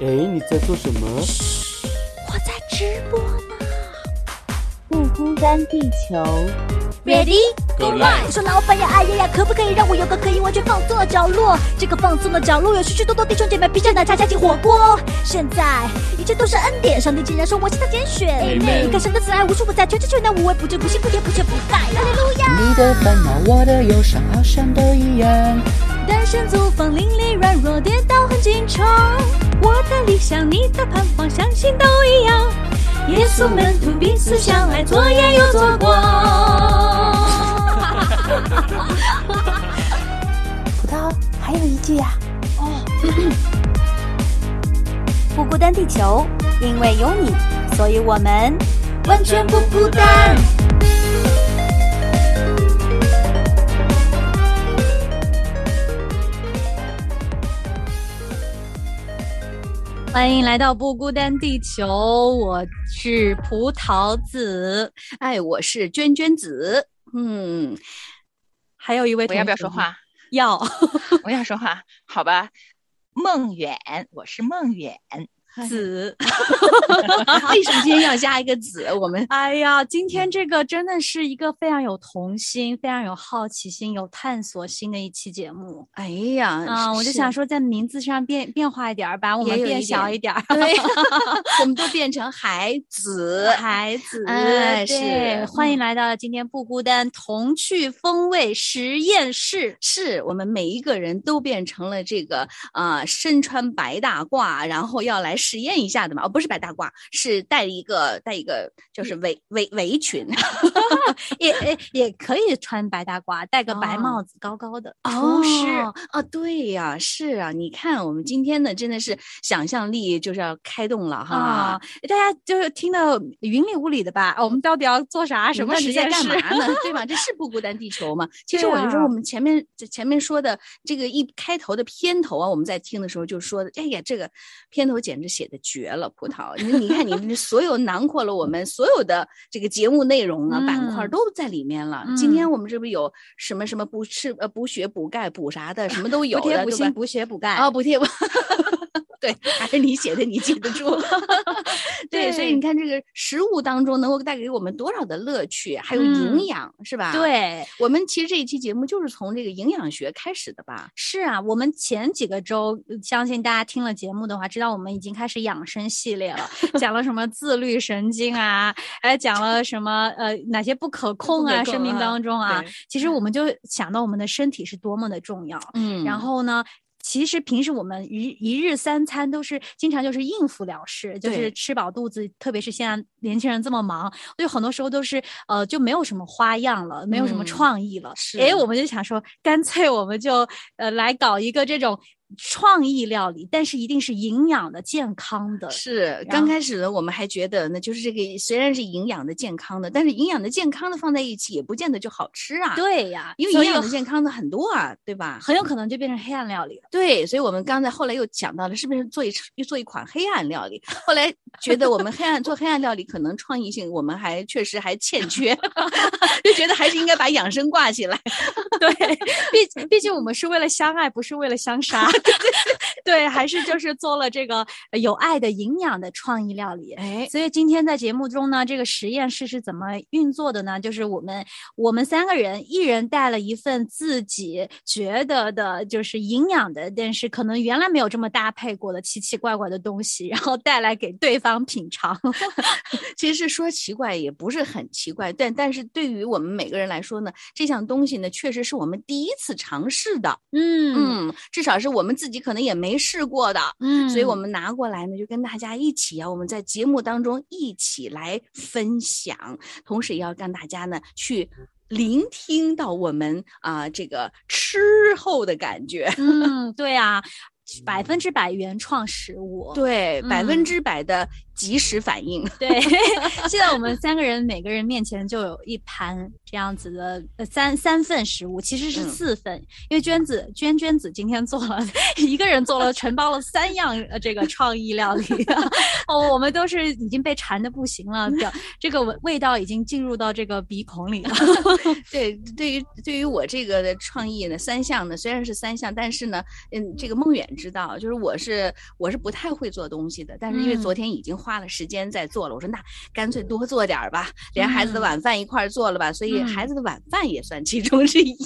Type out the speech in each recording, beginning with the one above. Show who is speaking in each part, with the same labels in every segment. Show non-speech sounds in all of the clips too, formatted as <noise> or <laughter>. Speaker 1: 哎，你在做什么？
Speaker 2: 我在直播呢。
Speaker 3: 不孤单，地球。
Speaker 2: Ready
Speaker 4: Go live
Speaker 2: 我说老板呀，哎呀呀，可不可以让我有个可以完全放松的角落？这个放松的角落有许许多多弟兄姐妹披着奶茶加进火锅。现在一切都是恩典，上帝竟然说我是他拣选。
Speaker 4: Amen
Speaker 2: 你看神的慈爱无处不在，全知全能无微不至，不辛不甜不缺不败。哈利路亚！
Speaker 5: 你的烦恼，我的忧伤，好像都一样。
Speaker 2: 单身租房，邻里软弱，跌倒很紧张。我的理想，你的盼望，相信都一样。耶稣门徒彼此相爱，做盐又做光。
Speaker 3: 葡萄，还有一句
Speaker 2: 啊
Speaker 3: 呀、
Speaker 2: 哦 <clears throat> 不孤单地球，因为有你，所以我们完全不孤单。欢迎来到不孤单地球，我是葡萄子，哎，我是娟娟子，嗯，还有一位
Speaker 4: 我
Speaker 2: 同学，
Speaker 4: 要不要说？话？
Speaker 2: <laughs> 要，
Speaker 4: 我要说话，好吧。梦远，我是梦远。
Speaker 2: 子，
Speaker 5: 为什么今天要加一个子？我们
Speaker 2: <laughs> 哎呀，今天这个真的是一个非常有童心、非常有好奇心、有探索心的一期节目
Speaker 5: 哎呀，
Speaker 2: 啊、我就想
Speaker 5: 说，
Speaker 2: 说，在名字上变变化一点儿，把我
Speaker 5: 也
Speaker 2: 们
Speaker 5: 有
Speaker 2: 变
Speaker 5: 一
Speaker 2: 小
Speaker 5: 点
Speaker 2: 一点儿。 <laughs>
Speaker 5: 对，我们都变成孩子。
Speaker 2: 孩子，
Speaker 5: 哎是
Speaker 2: 对欢迎
Speaker 5: 嗯
Speaker 2: 来到今天不孤单童趣风味实验室。
Speaker 5: 是我们每一个人都变成了这个啊、呃身穿白大褂，然后要来实验一下的嘛？哦，不是白大褂，是带一个带一个
Speaker 2: 嗯
Speaker 5: 就是围围围
Speaker 2: <laughs>
Speaker 5: 裙。
Speaker 2: 也也也可以穿白大褂，戴个白
Speaker 5: 哦
Speaker 2: 帽子，高高的
Speaker 5: 哦
Speaker 2: 厨师。
Speaker 5: 哦，对呀、是啊，你看我们今天呢，真的是想象力就是要开动了哈。
Speaker 2: 啊，大家就是听到云里雾里的吧？
Speaker 5: 哦
Speaker 2: 我们到底要做啥？什
Speaker 5: 什
Speaker 2: 么
Speaker 5: 么
Speaker 2: 实
Speaker 5: 时在
Speaker 2: 验
Speaker 5: 干
Speaker 2: 室？
Speaker 5: 嘛呢？对吧？这是不孤单地球吗？其实
Speaker 2: 对
Speaker 5: 我就说，
Speaker 2: 啊
Speaker 5: 我们前面这前面说的这个一开头的片头啊，我们在听的时候就说的，哎呀，这个片头简直写的绝了，葡萄！你你看，你你所有囊括了我们所有的这个节目内容啊、板块
Speaker 2: 嗯
Speaker 5: 都在里面了。今
Speaker 2: 嗯
Speaker 5: 天我们这不有什么什么补吃呃补血补钙补啥的，什么都有
Speaker 2: 补贴
Speaker 5: 的，
Speaker 2: 补
Speaker 5: 对吧
Speaker 2: 锌？补血补钙
Speaker 5: 啊，补贴 <laughs> 我。对，还是你写的，你记得
Speaker 2: <laughs>
Speaker 5: 住。 <laughs> 对，所以
Speaker 2: 对
Speaker 5: 你看这个食物当中能够带给我们多少的乐趣，还有
Speaker 2: 嗯
Speaker 5: 营养，是吧？，
Speaker 2: 对，
Speaker 5: 我们其实这一期节目就是从这个营养学开始的吧？
Speaker 2: 是啊，我们前几个周，呃相信大家听了节目的话，知道我们已经开始养生系列了，讲了什么自律神经啊，还讲了什么呃哪些不可控
Speaker 5: 可
Speaker 2: 啊，
Speaker 5: 控
Speaker 2: 生命
Speaker 5: 啊
Speaker 2: 当中啊
Speaker 5: 对，
Speaker 2: 其实我们就想到我们的身体是多么的重要，
Speaker 5: 嗯
Speaker 2: 然后呢。其实平时我们一一日三餐都是经常就是应付了事，就是
Speaker 5: 对
Speaker 2: 吃饱肚子。特别是现在年轻人这么忙，就很多时候都是呃就没有什么花样了，没有什么
Speaker 5: 嗯
Speaker 2: 创意了。
Speaker 5: 是
Speaker 2: 诶，我们就想说，干脆我们就呃来搞一个这种创意料理，但是一定是营养的、健康的。
Speaker 5: 是
Speaker 2: 后
Speaker 5: 刚开始呢，我们还觉得呢，就是这个虽然是营养的、健康的，但是营养的、健康的放在一起也不见得就好吃啊。，
Speaker 2: 对呀，
Speaker 5: 因为
Speaker 2: 所
Speaker 5: 营
Speaker 2: 以
Speaker 5: 养的、
Speaker 2: 很
Speaker 5: 健康的很多啊，对吧？
Speaker 2: 很有可能就变成黑暗料理了。
Speaker 5: 对，所以我们刚才后来又想到了，是不是做一做一款黑暗料理？后来觉得我们黑暗做黑暗料理可能创意性我们还确实还欠缺， <laughs> 就觉得还是应该把养生挂起来。 <laughs>
Speaker 2: 对， <laughs> 毕毕竟我们是为了相爱，不是为了相
Speaker 5: <laughs>
Speaker 2: 杀。 <laughs> 对，还是就是做了这个呃有爱的营养的创意料理。
Speaker 5: 哎，
Speaker 2: 所以今天在节目中呢，这个实验室是怎么运作的呢？就是我们我们三个人，一人带了一份自己觉得的，就是营养的，但是可能原来没有这么搭配过的奇奇怪怪的东西，然后带来给对方品尝。
Speaker 5: 其实说奇怪也不是很奇怪，但但是对于我们每个人来说呢，这项东西呢确实是我们第一次尝试的，
Speaker 2: 嗯
Speaker 5: 嗯，至少是我们自己可能也没试过的。
Speaker 2: 嗯
Speaker 5: 所以我们拿过来呢，就跟大家一起啊，我们在节目当中一起来分享，同时也要让大家呢去聆听到我们啊、这个吃后的感觉。
Speaker 2: 嗯， <laughs> 对啊，百分之百原创食物。
Speaker 5: 对，百
Speaker 2: 嗯
Speaker 5: 分之百的及时反应。
Speaker 2: <laughs> 对，现在我们三个人每个人面前就有一盘这样子的，呃，三三份食物其实是
Speaker 5: 嗯
Speaker 2: 四份，因为娟子娟娟子今天做了一个人做了承包了三样呃这个创意料理，哦，我们都是已经被馋的不行了，表这个味味道已经进入到这个鼻孔里了。
Speaker 5: 对，对于对于我这个的创意呢，三项呢虽然是三项，但是呢，嗯，这个梦远知道，就是我是我是不太会做东西的，但是因为
Speaker 2: 嗯
Speaker 5: 昨天已经花了时间在做了，我说那干脆多做点儿吧，连孩子的
Speaker 2: 嗯
Speaker 5: 晚饭一块儿做了吧，所以孩
Speaker 2: 嗯
Speaker 5: 子的晚饭也算其中之一，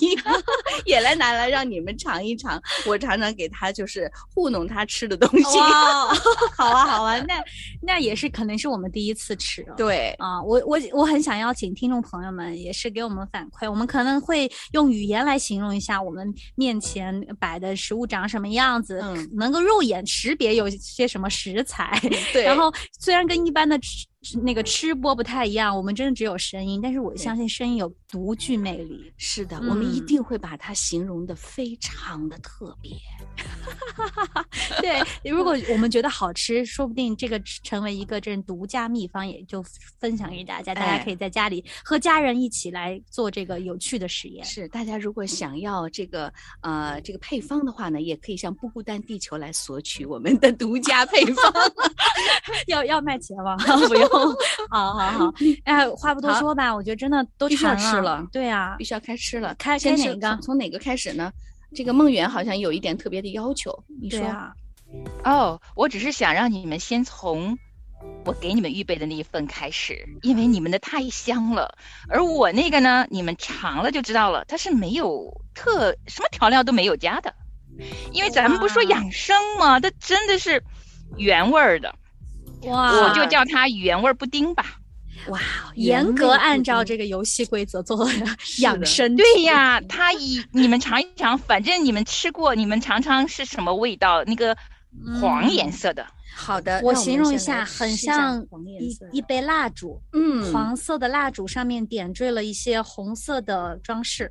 Speaker 5: <laughs> 也来拿来让你们尝一尝。我常常给他就是糊弄他吃的东西，
Speaker 2: 哇， <laughs> 好啊好啊，那那也是可能是我们第一次吃哦。
Speaker 5: <laughs> 对，
Speaker 2: 啊，我我我很想邀请听众朋友们，也是给我们反馈，我们可能会用语言来形容一下我们面前摆的食物长什么样子，
Speaker 5: 嗯
Speaker 2: 能够肉眼识别有些什么食材。
Speaker 5: 对，
Speaker 2: 然后虽然跟一般的吃那个吃播不太一样，我们真的只有声音，但是我
Speaker 5: 对
Speaker 2: 相信声音有独具魅力。
Speaker 5: 是的，我们一
Speaker 2: 嗯
Speaker 5: 定会把它形容的非常的特别。
Speaker 2: <laughs> 对， <laughs> 如果我们觉得好吃，说不定这个成为一个这种独家秘方，也就分享给大家，大
Speaker 5: 哎
Speaker 2: 家可以在家里和家人一起来做这个有趣的实验。
Speaker 5: 是，大家如果想要这个呃这个配方的话呢，也可以向不孤单地球来索取我们 <laughs> 的独家配 <laughs> 方。
Speaker 2: <laughs> 要要卖钱吗？不用，好好 <laughs> 好，哎，话不多
Speaker 5: 好
Speaker 2: 说吧，我觉得真的都
Speaker 5: 必须要
Speaker 2: 馋
Speaker 5: 吃了
Speaker 2: 对啊
Speaker 5: 必，须要开吃了，
Speaker 2: 开
Speaker 5: 先
Speaker 2: 开
Speaker 5: 是
Speaker 2: 哪个
Speaker 5: 从从哪个开始呢？这个梦圆好像有一点特别的要求，你
Speaker 2: 对
Speaker 5: 说？
Speaker 2: 啊，
Speaker 4: 哦，我只是想让你们先从我给你们预备的那一份开始，因为你们的太香了，而我那个呢，你们尝了就知道了，它是没有特什么调料都没有加的，因为咱们不是说
Speaker 2: 哇
Speaker 4: 养生嘛，它真的是原味儿的，
Speaker 2: 哇，
Speaker 4: 我就叫它原味儿布丁吧。
Speaker 5: 哇，
Speaker 2: 严格按照
Speaker 5: 这
Speaker 2: 这个游戏规则 <laughs> 做养
Speaker 5: 的
Speaker 2: 生。
Speaker 5: <laughs>
Speaker 4: 对，呀，它以你们尝一尝，反正你们吃过，你们尝尝是什么味道，那个黄
Speaker 2: 嗯
Speaker 4: 颜色
Speaker 5: <laughs>
Speaker 4: 的。
Speaker 5: 好的，那
Speaker 2: 我
Speaker 5: 们
Speaker 2: 形容一
Speaker 5: 先来
Speaker 2: 下，很
Speaker 5: 试一下
Speaker 2: 像
Speaker 5: 黄颜
Speaker 2: 一
Speaker 5: 色
Speaker 2: 一杯蜡烛，
Speaker 5: 嗯
Speaker 2: 黄色的蜡烛上面点缀了一些红色的装饰，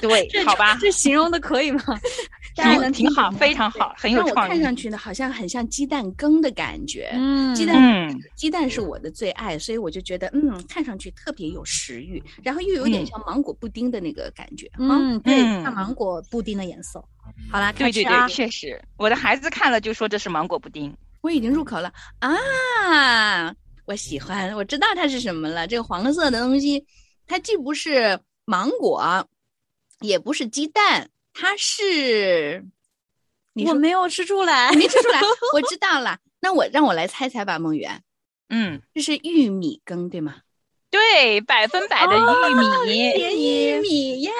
Speaker 4: 对，好吧，
Speaker 2: 这形容的可以吗？大家能
Speaker 4: 挺挺
Speaker 2: 听
Speaker 4: 好，
Speaker 2: 懂吗
Speaker 4: 非常好，很有
Speaker 5: 让我
Speaker 4: 创
Speaker 5: 看
Speaker 4: 意。
Speaker 5: 上去呢，好像很像鸡蛋羹的感觉。
Speaker 2: <laughs> 嗯，
Speaker 5: 鸡蛋
Speaker 4: 嗯，
Speaker 5: 鸡蛋是我的最爱，所以我就觉得，嗯，看上去特别有食欲，然后又有点
Speaker 4: 嗯
Speaker 5: 像芒果布丁的那个感觉。啊，
Speaker 2: 嗯，对，像
Speaker 4: 嗯
Speaker 2: 芒果布丁的颜色。好啦，
Speaker 4: 对对
Speaker 2: 开吃
Speaker 4: 对，
Speaker 2: 啊！
Speaker 4: 确实，我的孩子看了就说这是芒果布丁。
Speaker 5: 我已经入口了啊，我喜欢，我知道它是什么了。这个黄色的东西，它既不是芒果，也不是鸡蛋，它是你
Speaker 2: 我
Speaker 5: 说
Speaker 2: 没有吃出来，
Speaker 5: 没吃出来，我知道了。那我让我来猜猜吧，梦圆， <laughs>
Speaker 4: 嗯，
Speaker 5: 这是玉米羹对吗？
Speaker 4: 对，百分百的
Speaker 5: <laughs>
Speaker 4: 玉米。
Speaker 5: 甜玉米耶！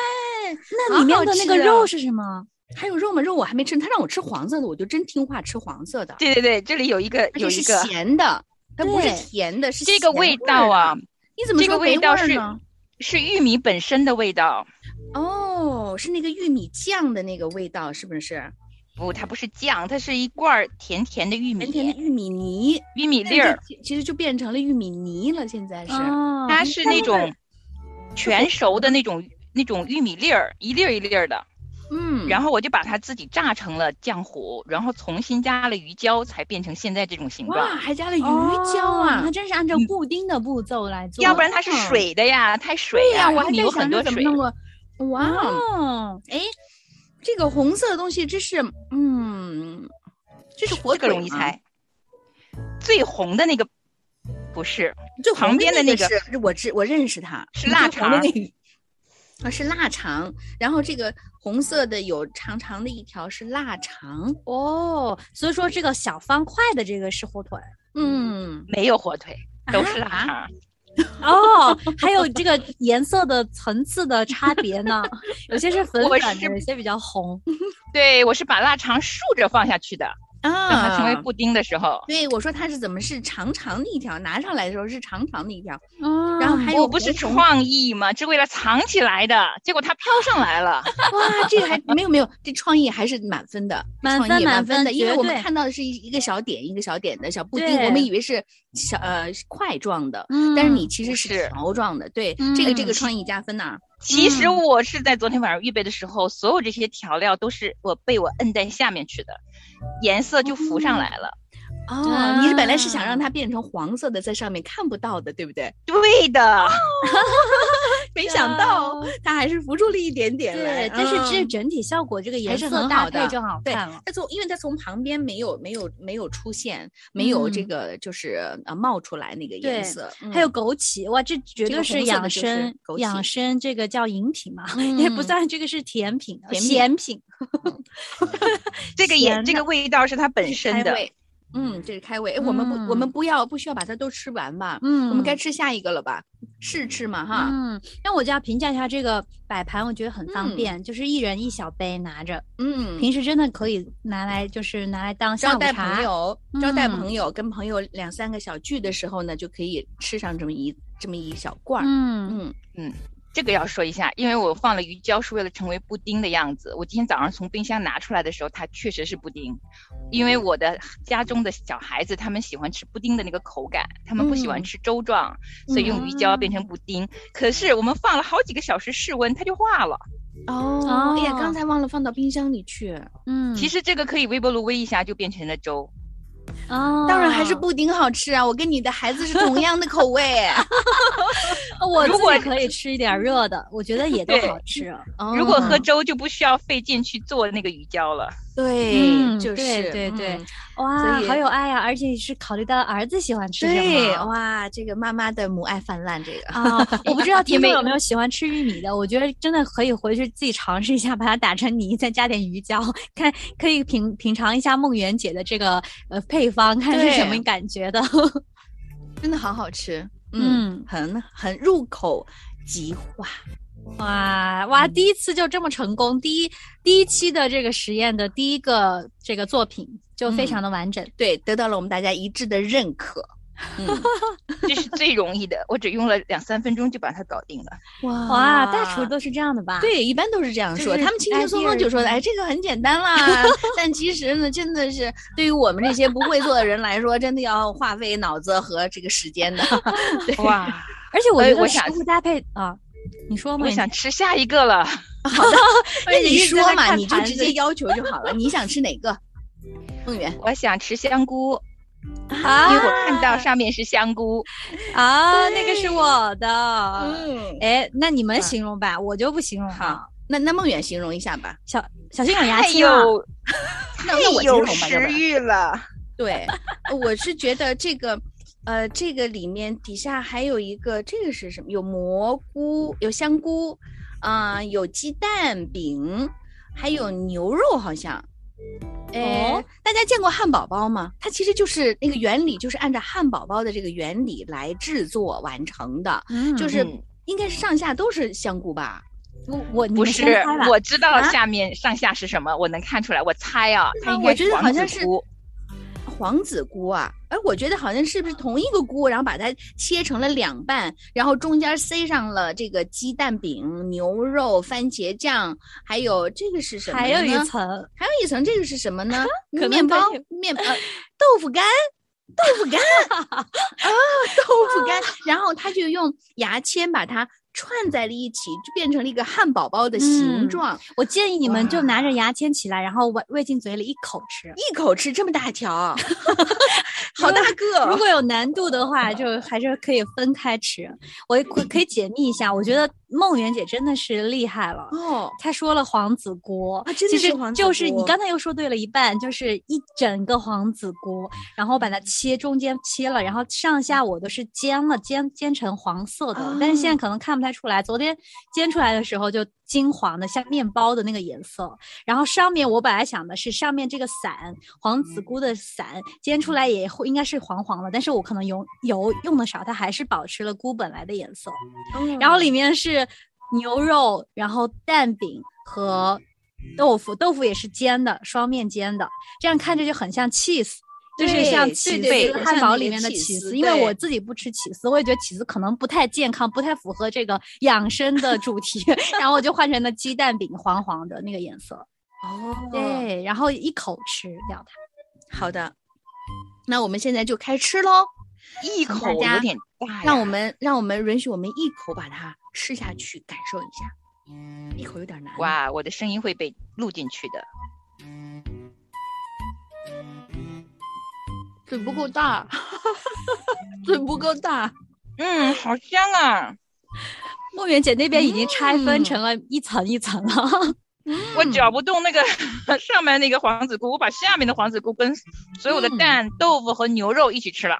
Speaker 2: 那嗯里面的那个
Speaker 5: 哦
Speaker 2: 肉是什么？
Speaker 5: 还有肉吗？肉我还没吃，他让我吃黄色的，我就真听话吃黄色的，
Speaker 4: 对对对，这里有一个
Speaker 5: 而
Speaker 4: 有
Speaker 5: 且是
Speaker 4: 一个
Speaker 5: 咸的，它不是
Speaker 2: 对
Speaker 5: 甜的，是
Speaker 4: 这个
Speaker 5: 咸
Speaker 4: 味
Speaker 5: 儿
Speaker 4: 道啊
Speaker 5: 的。，你怎么
Speaker 4: 这
Speaker 5: 说
Speaker 4: 个
Speaker 5: 没
Speaker 4: 味道
Speaker 5: 儿
Speaker 4: 是
Speaker 5: 呢
Speaker 4: 是玉米本身的味道。
Speaker 5: 哦，是那个玉米酱的那个味道，是不是？
Speaker 4: 不，哦它不是酱，它是一罐儿甜甜的玉米
Speaker 5: 甜甜的玉米泥
Speaker 4: 玉米粒
Speaker 5: 那
Speaker 4: 儿啊
Speaker 5: 就，其其实就变成了玉米泥了，现在是。
Speaker 2: 哦
Speaker 5: 嗯
Speaker 4: 它是那种全熟的那种那种玉米粒儿，一粒儿一粒儿的。
Speaker 5: 嗯，
Speaker 4: 然后我就把它自己炸成了浆糊，然后重新加了鱼胶，才变成现在这种形
Speaker 5: 哇，
Speaker 4: 状。
Speaker 5: 还加了鱼
Speaker 2: 鱼
Speaker 5: 胶
Speaker 2: 胶啊，
Speaker 5: 啊
Speaker 2: 它！真是按照布丁的步骤来做的，嗯
Speaker 4: 要不然它是
Speaker 5: 哦
Speaker 4: 水的呀，太水
Speaker 5: 对
Speaker 4: 呀、
Speaker 5: 我还
Speaker 4: 玉米
Speaker 5: 在
Speaker 4: 有
Speaker 5: 想
Speaker 4: 很
Speaker 5: 着
Speaker 4: 多
Speaker 5: 怎么
Speaker 4: 水。
Speaker 5: 弄啊。哇，
Speaker 2: 哦，
Speaker 5: 哎，这个红色的东西，这是嗯，这是火
Speaker 4: 这个
Speaker 5: 腿
Speaker 4: 容易
Speaker 5: 吗
Speaker 4: 猜。最红的那个不是，
Speaker 5: 最
Speaker 4: 旁
Speaker 5: 红
Speaker 4: 边的
Speaker 5: 那
Speaker 4: 那个
Speaker 5: 是我知我认识它，
Speaker 4: 是
Speaker 5: 最
Speaker 4: 腊
Speaker 5: 红的
Speaker 4: 肠
Speaker 5: 那个啊是腊肠，然后这个红色的有长长的一条是腊肠，
Speaker 2: 哦，所以说这个小方块的这个是火腿
Speaker 5: 嗯，
Speaker 4: 没有火腿，都是腊
Speaker 5: 啊
Speaker 4: 肠。
Speaker 2: 哦，还有这个颜色的层次的差别呢，有些是粉
Speaker 4: 我
Speaker 2: 粉
Speaker 4: 是
Speaker 2: 的，有些比较红。
Speaker 4: 对，我是把腊肠竖着放下去的，让它
Speaker 5: 啊，
Speaker 4: 成为布丁的时候。
Speaker 5: 对，我说它是怎么是长长的一条，拿上来的时候是长长的一条，
Speaker 2: 哦
Speaker 5: 然后还有
Speaker 4: 我不是
Speaker 5: 红红
Speaker 4: 创意吗？是为了藏起来的，结果它飘上来了。
Speaker 5: 哇，这个还没有没有，这创意还是满分的，
Speaker 2: 满
Speaker 5: 创
Speaker 2: 分
Speaker 5: 意
Speaker 2: 满
Speaker 5: 满
Speaker 2: 分
Speaker 5: 的，因为
Speaker 2: 绝
Speaker 5: 我们
Speaker 2: 对
Speaker 5: 看到的是一一个小点一个小点的小布丁，
Speaker 2: 对
Speaker 5: 我们以为是小呃是块状的，
Speaker 2: 嗯
Speaker 5: 哦但是你其实
Speaker 4: 不
Speaker 5: 是
Speaker 4: 是
Speaker 5: 条状的，对，这个这个
Speaker 4: 嗯
Speaker 5: 创意加分呐、
Speaker 4: 其实
Speaker 2: 嗯
Speaker 4: 我是在昨天晚上预备的时候，所有这些调料都是我被我摁在下面去的，颜色就浮上来了。
Speaker 2: 嗯
Speaker 5: 哦，你是本来是想让
Speaker 2: 啊
Speaker 5: 啊它变成黄色的，在上面看不到的，对不对？
Speaker 4: 对的，
Speaker 5: 没想到它还是浮出了一点点来。
Speaker 2: 啊对，但是这
Speaker 5: 嗯
Speaker 2: 整体效果，这个颜
Speaker 4: 是
Speaker 2: 色
Speaker 4: 很
Speaker 2: 搭
Speaker 4: 好的
Speaker 2: 配就好
Speaker 5: 对
Speaker 2: 看了，。
Speaker 5: 它从因为它从旁边没有没有没有出现，没有这
Speaker 2: 嗯
Speaker 5: 个就是呃冒出来那个
Speaker 2: 对
Speaker 5: 颜色，嗯
Speaker 2: 还有枸杞，哇，这绝
Speaker 5: 这个
Speaker 2: 对是
Speaker 5: 红色的
Speaker 2: 养
Speaker 5: 就是
Speaker 2: 生
Speaker 5: 枸杞
Speaker 2: 养生，这个叫饮品嘛，也
Speaker 5: 嗯
Speaker 2: 不算这个是甜品，
Speaker 5: 甜品
Speaker 2: 咸品。
Speaker 4: 这个也
Speaker 2: 咸
Speaker 4: 这个味道是它本身
Speaker 5: 开
Speaker 4: 的，
Speaker 5: 胃，嗯，这是开胃。哎我们不我们
Speaker 2: 嗯
Speaker 5: 不要不需要把它都吃完吧，
Speaker 2: 嗯，
Speaker 5: 我们该吃下一个了吧？试吃嘛哈，
Speaker 2: 嗯，那我就要评价一下这个摆盘，我觉得很方
Speaker 5: 嗯
Speaker 2: 便，就是一人一小杯拿着，
Speaker 5: 嗯，
Speaker 2: 平时真的可以拿来，就是拿来当下
Speaker 5: 招
Speaker 2: 午
Speaker 5: 待
Speaker 2: 茶
Speaker 5: 朋。友，招待
Speaker 2: 嗯
Speaker 5: 朋友跟朋友两三个小聚的时候呢，就可以吃上这么一这么一小罐儿，
Speaker 2: 嗯，
Speaker 5: 嗯
Speaker 4: 这个要说一下，因为我放了鱼胶是为了成为布丁的样子。我今天早上从冰箱拿出来的时候，它确实是布丁，因为我的家中的小孩子他们喜欢吃布丁的那个口感，他们不喜欢
Speaker 5: 嗯
Speaker 4: 吃粥状，所以用鱼胶变成布丁。可是我们放了好几个小时室温，它就化了。
Speaker 5: 哦，哎呀，
Speaker 2: 哦
Speaker 5: 刚才忘了放到冰箱里去，
Speaker 2: 嗯，
Speaker 4: 其实这个可以微波炉微一下就变成了粥。
Speaker 2: 哦，
Speaker 5: 当然还是布丁好吃啊，我跟你的孩子是同样的口 <laughs> 味。哦
Speaker 2: 哦我
Speaker 4: 如
Speaker 2: 自己
Speaker 4: 果
Speaker 2: 可以吃一点
Speaker 5: 嗯
Speaker 2: 热的，我觉得也都
Speaker 4: 对
Speaker 2: 好吃。
Speaker 4: 如果喝
Speaker 5: 哦
Speaker 4: 粥就不需要费劲去做那个鱼胶了。 <laughs>
Speaker 5: 对，
Speaker 2: 嗯
Speaker 5: 就
Speaker 2: 对
Speaker 5: 是
Speaker 2: 对对
Speaker 5: 嗯
Speaker 2: 哇，
Speaker 5: 以
Speaker 2: 好有爱呀、啊而且是考虑到儿子喜欢吃什
Speaker 5: 对，
Speaker 2: 么。
Speaker 5: 哇，这个妈妈的母爱泛滥，这个
Speaker 2: 啊、我不
Speaker 5: <laughs>
Speaker 2: 知道听
Speaker 4: 因
Speaker 2: 众
Speaker 4: 为
Speaker 2: 有没有喜欢吃玉米的，我觉得真的可以回去自己尝试一下，把它打成泥，再加点鱼胶，看可以品品尝一下梦圆姐的这个呃配方，看是什
Speaker 5: 对
Speaker 2: 么感觉的。
Speaker 5: 真的好好吃，
Speaker 2: 嗯
Speaker 5: 很很入口即化。
Speaker 2: 哇啊哇，第一次就这么成功，第一第一期的这个实验的第一个这个作品就非常的完整。
Speaker 5: 对，得到了我们大家一致的认可。嗯
Speaker 4: 这是最容易的，我只用了两三分钟就把它搞定了。
Speaker 5: 哇
Speaker 2: 哇，大厨都是这样的吧？，
Speaker 5: 对，一般都是这样
Speaker 2: 就
Speaker 5: 说，
Speaker 2: 是
Speaker 5: 他们轻轻松松
Speaker 2: idea
Speaker 5: 就说的，
Speaker 2: 嗯
Speaker 5: 哎，这个很简单
Speaker 2: <laughs>
Speaker 5: 啦。但其实呢，真的是对于我们这些不会做的人来说，真的要花费脑子和这个时间
Speaker 2: <laughs>
Speaker 5: 的。对，
Speaker 4: 哇，
Speaker 2: 而且我
Speaker 4: 哎
Speaker 2: 觉得
Speaker 4: 我
Speaker 2: 食
Speaker 4: 想
Speaker 2: 物搭配啊，你说
Speaker 4: <laughs>
Speaker 2: 嘛？
Speaker 4: 我想吃下一个了。
Speaker 5: 那你
Speaker 2: 一直在
Speaker 5: 说嘛，
Speaker 2: 看
Speaker 5: 你就
Speaker 2: 盘
Speaker 5: 直
Speaker 2: 子
Speaker 5: 接要求就好了。你想吃哪个？梦圆，
Speaker 4: 我想吃香菇，因为
Speaker 2: 啊
Speaker 4: 我看到上面是香菇，
Speaker 2: 啊，那个是我的。
Speaker 5: 嗯，
Speaker 2: 哎，那你们
Speaker 5: 啊
Speaker 2: 形容吧，我就不形容了。
Speaker 5: 好那那梦远形容一下吧。
Speaker 2: 小小心长牙
Speaker 4: 太
Speaker 2: 青啊！
Speaker 4: 有
Speaker 5: 那 <laughs>
Speaker 4: 太
Speaker 5: 那我形
Speaker 4: 有
Speaker 5: 容吧，要不
Speaker 4: 食
Speaker 5: 然
Speaker 4: 欲了。
Speaker 5: 对，呃我是觉得这个，呃，这个里面底下还有一个，这个是什么？有蘑菇，有香菇，啊、有鸡蛋饼，还有牛肉，好像。哎、
Speaker 2: 哦
Speaker 5: 大家见过汉堡包吗？它其实就是那个原理，就是按照汉堡包的这个原理来制作完成的，
Speaker 2: 嗯
Speaker 5: 就是
Speaker 4: 嗯
Speaker 5: 应该是上下都是香菇吧？
Speaker 2: 我我你
Speaker 4: 不
Speaker 2: 们
Speaker 4: 是
Speaker 2: 先猜吧，
Speaker 4: 我知道
Speaker 5: 啊
Speaker 4: 下面上下是什么，我能看出来。我猜啊，它
Speaker 5: 吗
Speaker 4: 应
Speaker 5: 我
Speaker 4: 该
Speaker 5: 觉得好
Speaker 4: 黄
Speaker 5: 像
Speaker 4: 子
Speaker 5: 是
Speaker 4: 菇。
Speaker 5: 黄子菇啊，哎，我觉得好像是不是同一个菇，然后把它切成了两半，然后中间塞上了这个鸡蛋饼、牛肉、番茄酱，还有这个是什么呢？
Speaker 2: 还有一，层
Speaker 5: 还有一层，这个是什么呢？
Speaker 2: <laughs> 可能
Speaker 5: 面包
Speaker 2: 可以、
Speaker 5: 面呃豆腐干、豆
Speaker 2: <laughs>
Speaker 5: 腐干啊，豆腐
Speaker 2: 啊
Speaker 5: 干，然后他就用牙签把它串在了一起，就变成了一个汉堡包的形
Speaker 2: 嗯
Speaker 5: 状，
Speaker 2: 我建议你们就拿着
Speaker 5: 哇
Speaker 2: 牙签起来，然后喂喂进嘴里一口吃。
Speaker 5: 一口吃这么大条， <laughs> 好大个哦，
Speaker 2: 如果有难度的话，就还是可以分开吃。我也可可以解密一下，我觉得梦圆姐真的是厉害了。
Speaker 5: 哦。
Speaker 2: 她说了黄子菇，
Speaker 5: 啊真的
Speaker 2: 其
Speaker 5: 是
Speaker 2: 实
Speaker 5: 黄子
Speaker 2: 就是你
Speaker 5: 菇
Speaker 2: 刚才又说对了一半，就是一整个黄子菇，然后把
Speaker 5: 嗯
Speaker 2: 它切中间切了，然后上下我都是煎了，煎煎成黄色的，但是
Speaker 5: 啊
Speaker 2: 现在可能看不太出来。昨天煎出来的时候就金黄的，像面包的那个颜色。然后上面我本来想的是上面这个伞，黄
Speaker 5: 嗯
Speaker 2: 子菇的伞煎出来也会应该是黄黄的，但是我可能用油用的少，它还是保持了菇本来的颜色。然后里面是牛肉，然后蛋饼和豆腐，豆腐也是煎的，双面煎的，这样看着就很像 cheese。就是像
Speaker 5: 对
Speaker 2: 对
Speaker 5: 起
Speaker 2: 对
Speaker 5: 司像
Speaker 2: 对汉堡
Speaker 5: 那
Speaker 2: 里
Speaker 5: 个
Speaker 2: 面的
Speaker 5: 起
Speaker 2: 起
Speaker 5: 司
Speaker 2: 司，因为我
Speaker 5: 对
Speaker 2: 自己不吃起司，我也觉得起司可能不太健康，不太符合这个养生 <laughs> 的主题，然后我就换成了鸡蛋饼黄黄的那个颜色，
Speaker 5: 哦，
Speaker 2: 嗯对，然后一口吃掉它。
Speaker 5: 好的，那我们现在就开吃喽。
Speaker 4: 一
Speaker 5: 大
Speaker 4: 口
Speaker 5: 家
Speaker 4: 有点大哎呀，
Speaker 5: 让我们让我们允许我们一口把它吃下去，感受一下。一口有点难。！
Speaker 4: 哇，我的声音会被录进去的。
Speaker 5: 嘴不够 <laughs> 大，嘴不够大。
Speaker 4: 嗯，好香啊！
Speaker 2: 梦圆姐那边已经拆分成了一层一层了。 <laughs>
Speaker 4: 我
Speaker 5: 嗯
Speaker 4: 搅不动那个 <laughs> 上面那个黄子菇，我把下面的黄子菇跟所
Speaker 5: 嗯
Speaker 4: 有的蛋、豆腐和牛肉一起吃了，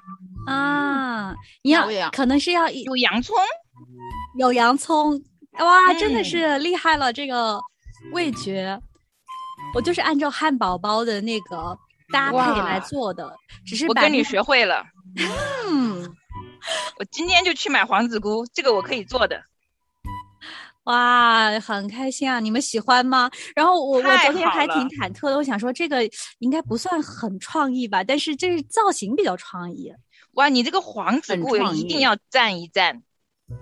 Speaker 2: 啊，你
Speaker 5: 那
Speaker 2: 要
Speaker 5: 我也要
Speaker 2: 可能是要一
Speaker 4: 有洋葱，
Speaker 2: 有洋葱，哇，真的
Speaker 4: 嗯
Speaker 2: 是厉害了，这个味觉，我就是按照汉堡包的那个搭配
Speaker 4: 哇
Speaker 2: 来做的，只是
Speaker 4: 我
Speaker 2: 把
Speaker 4: 跟
Speaker 2: 那
Speaker 4: 你
Speaker 2: 个
Speaker 4: 学会了。
Speaker 5: 嗯，
Speaker 4: 我今天就去买黄子菇，这个我可以做的，
Speaker 2: 哇，很开心啊！你们喜欢吗？然后我我
Speaker 4: 太
Speaker 2: 昨天
Speaker 4: 好
Speaker 2: 还挺
Speaker 4: 了
Speaker 2: 忐忑的，我想说这个应该不算很创意吧，但是这是造型比较创意。
Speaker 4: 哇，你这个黄子
Speaker 5: 很
Speaker 4: 菇
Speaker 5: 创
Speaker 4: 一
Speaker 5: 意
Speaker 4: 定要赞一赞，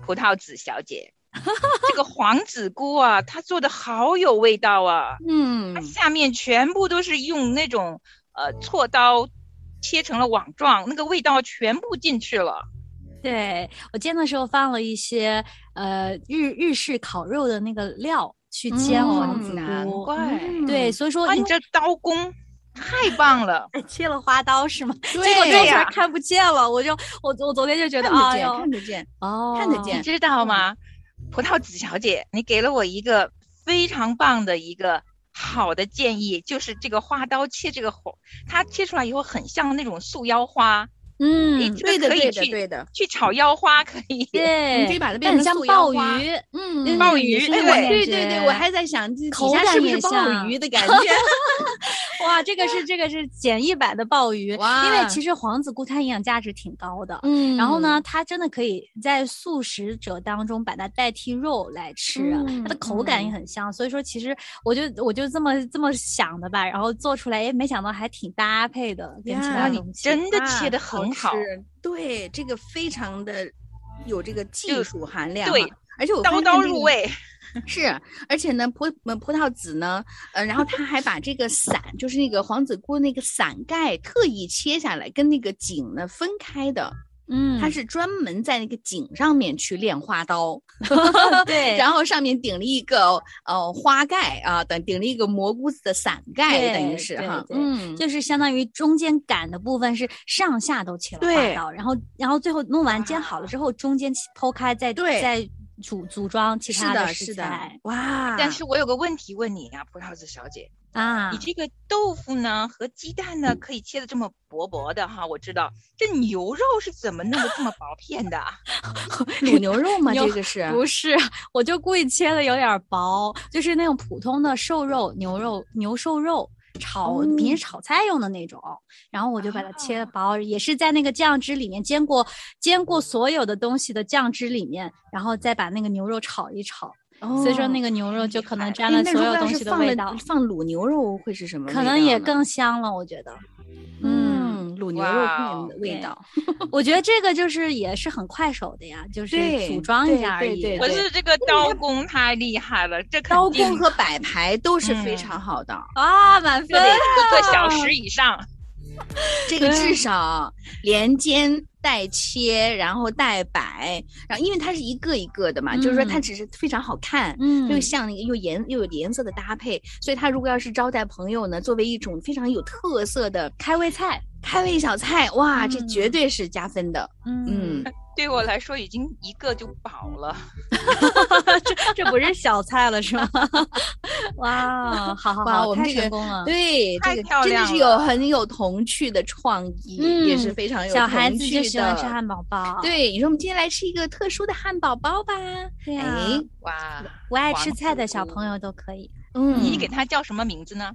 Speaker 4: 葡萄籽小姐，这个黄子菇啊，它做的好有味道啊，
Speaker 5: 嗯
Speaker 4: 它，下面全部都是用那种呃锉刀切成了网状，那个味道全部进去了。
Speaker 2: 对我煎的时候放了一些呃日日式烤肉的那个料去煎黄
Speaker 5: 嗯
Speaker 2: 子
Speaker 4: 难
Speaker 2: 菇，
Speaker 4: 怪嗯
Speaker 2: 对，，所以说
Speaker 4: 哇，
Speaker 2: 因
Speaker 4: 你
Speaker 2: 为
Speaker 4: 这刀工太棒 <laughs> 了！
Speaker 2: <laughs> 切了花刀是吗？
Speaker 5: 对
Speaker 2: 结果肉
Speaker 4: 对
Speaker 2: 片
Speaker 4: 呀
Speaker 2: 看不见了，我就我我昨天就觉得
Speaker 5: 看得
Speaker 2: 啊
Speaker 5: 见，
Speaker 2: 哟
Speaker 5: 看得见，
Speaker 2: 哦
Speaker 5: 看得
Speaker 4: 你
Speaker 5: 见
Speaker 4: 知道吗？葡萄籽小姐，你给了我一个非常棒的一个好的建议，就是这个花刀切这个花，它切出来以后很像那种素腰花，
Speaker 2: 嗯
Speaker 4: 诶，
Speaker 5: 对
Speaker 4: 这
Speaker 5: 的，
Speaker 4: 个可
Speaker 5: 对
Speaker 4: 以
Speaker 5: 的，
Speaker 4: 去
Speaker 5: 对的，
Speaker 4: 去炒腰花，可以。
Speaker 2: 对，
Speaker 5: 你可以把它变
Speaker 2: 但很
Speaker 5: 成
Speaker 2: 像
Speaker 5: 素腰
Speaker 2: 鲍
Speaker 5: 花
Speaker 2: 鱼，
Speaker 5: 嗯
Speaker 4: 鲍
Speaker 2: 嗯
Speaker 4: 鱼哎
Speaker 2: 也是
Speaker 4: 对
Speaker 2: 那种
Speaker 5: 对
Speaker 2: 感
Speaker 5: 对对，
Speaker 2: 觉
Speaker 5: 我 <laughs> 还在想这
Speaker 2: 口
Speaker 5: 底下
Speaker 2: 感
Speaker 5: 是不
Speaker 2: 也
Speaker 5: 是鲍
Speaker 2: 像
Speaker 5: 鱼的感觉，
Speaker 2: 哇，这个是这个是简易版的鲍鱼，因为
Speaker 5: 哇
Speaker 2: 其实黄子菇它营养价值挺高的。
Speaker 5: <laughs> 嗯
Speaker 2: 然后呢，，它真的可以在素食者当中把它代替肉来吃，啊它的
Speaker 5: 嗯
Speaker 2: 口感也
Speaker 5: 嗯
Speaker 2: 很香。所以说，其实我就我就这么这么想的吧，然后做出来，哎，没想到还挺搭配的，跟其
Speaker 5: 呀
Speaker 2: 他
Speaker 4: 你
Speaker 2: 东西。
Speaker 4: <laughs> 真的
Speaker 5: 啊
Speaker 4: 切得很好，
Speaker 5: 吃对，这个非常的有这个技
Speaker 4: 就
Speaker 5: 术含量啊，
Speaker 4: 对
Speaker 5: 而且我发
Speaker 4: 刀
Speaker 5: 现
Speaker 4: 刀
Speaker 5: 这
Speaker 4: 入
Speaker 5: 个
Speaker 4: 味。
Speaker 5: 是，而且呢，葡呃葡萄籽呢，呃，然后他还把这个伞，就是那个黄子菇那个伞盖特意切下来，跟那个茎呢分开的，
Speaker 2: 嗯，
Speaker 5: 他是专门在那个茎上面去练花刀，
Speaker 2: <laughs> 对，
Speaker 5: 然后上面顶了一个呃花盖啊，等顶了一个蘑菇的伞盖，等于
Speaker 2: 对
Speaker 5: 是
Speaker 2: 对
Speaker 5: 哈，
Speaker 2: 对
Speaker 5: 嗯，
Speaker 2: 就是相当于中间擀的部分是上下都切了
Speaker 5: 对啊
Speaker 2: 八刀，然后然后最后弄完煎好了
Speaker 4: 哇
Speaker 2: 之后，中间切剖开再
Speaker 5: 对
Speaker 2: 再组组装其
Speaker 5: 是
Speaker 2: 他
Speaker 5: 的，
Speaker 2: 食
Speaker 5: 是的
Speaker 2: 材，
Speaker 5: 哇，
Speaker 4: 但是我有个问题问你啊，葡萄籽小姐，
Speaker 2: 啊
Speaker 4: 你。这个豆腐呢和鸡蛋呢可以切的这么薄薄的哈，我知道这牛肉是怎么弄得这么薄片的啊？
Speaker 5: 卤牛肉嘛，
Speaker 2: <laughs> 牛
Speaker 5: 这个是，
Speaker 2: 不是，我就故意切的有点儿薄，就是那种普通的瘦肉、牛肉、牛瘦肉炒、平
Speaker 5: 哦啊
Speaker 2: 时炒菜用的那种，然后我就把它切薄，也是在那个酱汁里面煎过煎过所有的东西的酱汁里面，然后再把那个牛肉炒一炒，所以说那
Speaker 5: 个。
Speaker 2: 个牛肉
Speaker 4: 厉
Speaker 2: 就可
Speaker 4: 害
Speaker 2: 能
Speaker 4: 哎
Speaker 2: 沾了
Speaker 5: 那
Speaker 2: 所
Speaker 5: 如
Speaker 2: 有
Speaker 5: 果要
Speaker 2: 东
Speaker 5: 是
Speaker 2: 西的
Speaker 5: 放
Speaker 2: 味
Speaker 5: 了
Speaker 2: 道，
Speaker 5: 放卤牛肉会是什么味道
Speaker 2: 可
Speaker 5: 呢？
Speaker 2: 能也更香了。我觉得，嗯，
Speaker 5: 嗯，卤牛肉
Speaker 4: 哇
Speaker 5: 片
Speaker 4: 哦
Speaker 5: 的味
Speaker 2: 对
Speaker 5: 道。
Speaker 2: 我觉得这个就是也是很快手的呀，就是
Speaker 5: 对
Speaker 2: 组装一
Speaker 5: 对
Speaker 2: 下而
Speaker 5: 对
Speaker 2: 已。
Speaker 5: 对
Speaker 4: 可
Speaker 5: 对
Speaker 4: 是这个刀工太厉害了，这肯
Speaker 5: 刀
Speaker 4: 定
Speaker 5: 工和摆拍都是非
Speaker 4: 嗯
Speaker 5: 常好的，
Speaker 2: 啊，满
Speaker 4: 这
Speaker 2: 分
Speaker 4: 得一个小时以上。
Speaker 5: 这个至少连煎带切，然后带摆，然后因为它是一个一个的嘛，就是说它
Speaker 2: 嗯
Speaker 5: 只是非常好看。
Speaker 2: 嗯，
Speaker 5: 又像那个又颜又有颜色的搭配，所以它如果要是招待朋友呢，作为一种非常有特色的
Speaker 2: 开胃菜，
Speaker 5: 开胃小菜，哇，这绝
Speaker 2: 嗯
Speaker 5: 对是加分的。嗯，
Speaker 4: 对我来说已经一个就饱了，
Speaker 2: 这不是小菜了是吗？ <laughs> 哇，好好
Speaker 5: 哇
Speaker 2: 好，
Speaker 5: 我们
Speaker 2: 太
Speaker 5: 这个
Speaker 2: 成功了。
Speaker 5: 对，
Speaker 4: 太
Speaker 5: 这个
Speaker 4: 漂
Speaker 5: 真的
Speaker 4: 亮
Speaker 5: 是有
Speaker 4: 了
Speaker 5: 很有童趣的创意，也是
Speaker 2: 嗯
Speaker 5: 非常有
Speaker 2: 小孩
Speaker 5: 童
Speaker 2: 子就
Speaker 5: 趣
Speaker 2: 喜欢
Speaker 5: 的
Speaker 2: 吃汉堡包，
Speaker 5: 对，你说我们今天来吃一个特殊的汉堡包吧？
Speaker 2: 对呀，
Speaker 5: 哎，
Speaker 4: 哇！
Speaker 2: 不爱
Speaker 4: 黄
Speaker 2: 吃菜的
Speaker 4: 子
Speaker 2: 小
Speaker 4: 菇
Speaker 2: 朋友都可以。
Speaker 5: 嗯，
Speaker 4: 你给它叫什么名字呢？